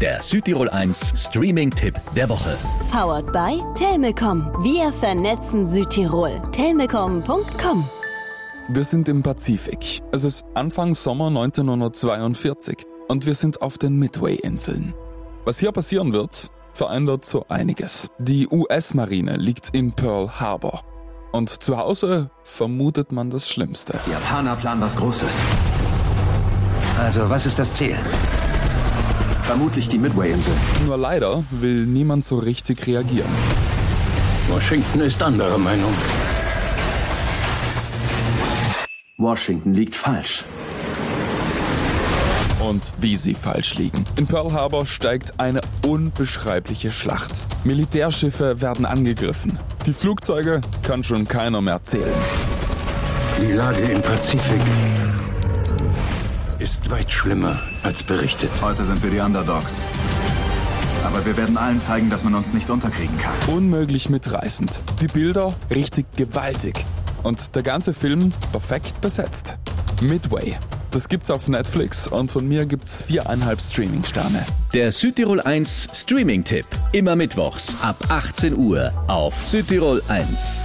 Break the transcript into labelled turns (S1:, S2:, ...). S1: Der Südtirol 1 Streaming-Tipp der Woche.
S2: Powered by Telmecom. Wir vernetzen Südtirol. Telmecom.com
S3: Wir sind im Pazifik. Es ist Anfang Sommer 1942 und wir sind auf den Midway-Inseln. Was hier passieren wird, verändert so einiges. Die US-Marine liegt in Pearl Harbor. Und zu Hause vermutet man das Schlimmste.
S4: Die Japaner planen was Großes. Also, was ist das Ziel? Vermutlich die Midway-Insel.
S3: Nur leider will niemand so richtig reagieren.
S5: Washington ist anderer Meinung.
S4: Washington liegt falsch.
S3: und wie sie falsch liegen. In Pearl Harbor steigt eine unbeschreibliche Schlacht. Militärschiffe werden angegriffen. Die Flugzeuge kann schon keiner mehr zählen.
S5: Die Lage im Pazifik ist weit schlimmer als berichtet.
S6: Heute sind wir die Underdogs. Aber wir werden allen zeigen, dass man uns nicht unterkriegen kann.
S3: Unmöglich mitreißend. Die Bilder richtig gewaltig. Und der ganze Film perfekt besetzt. Midway. Das gibt's auf Netflix und von mir gibt's viereinhalb Streaming-Sterne.
S1: Der Südtirol 1 Streaming-Tipp. Immer mittwochs ab 18 Uhr auf Südtirol 1.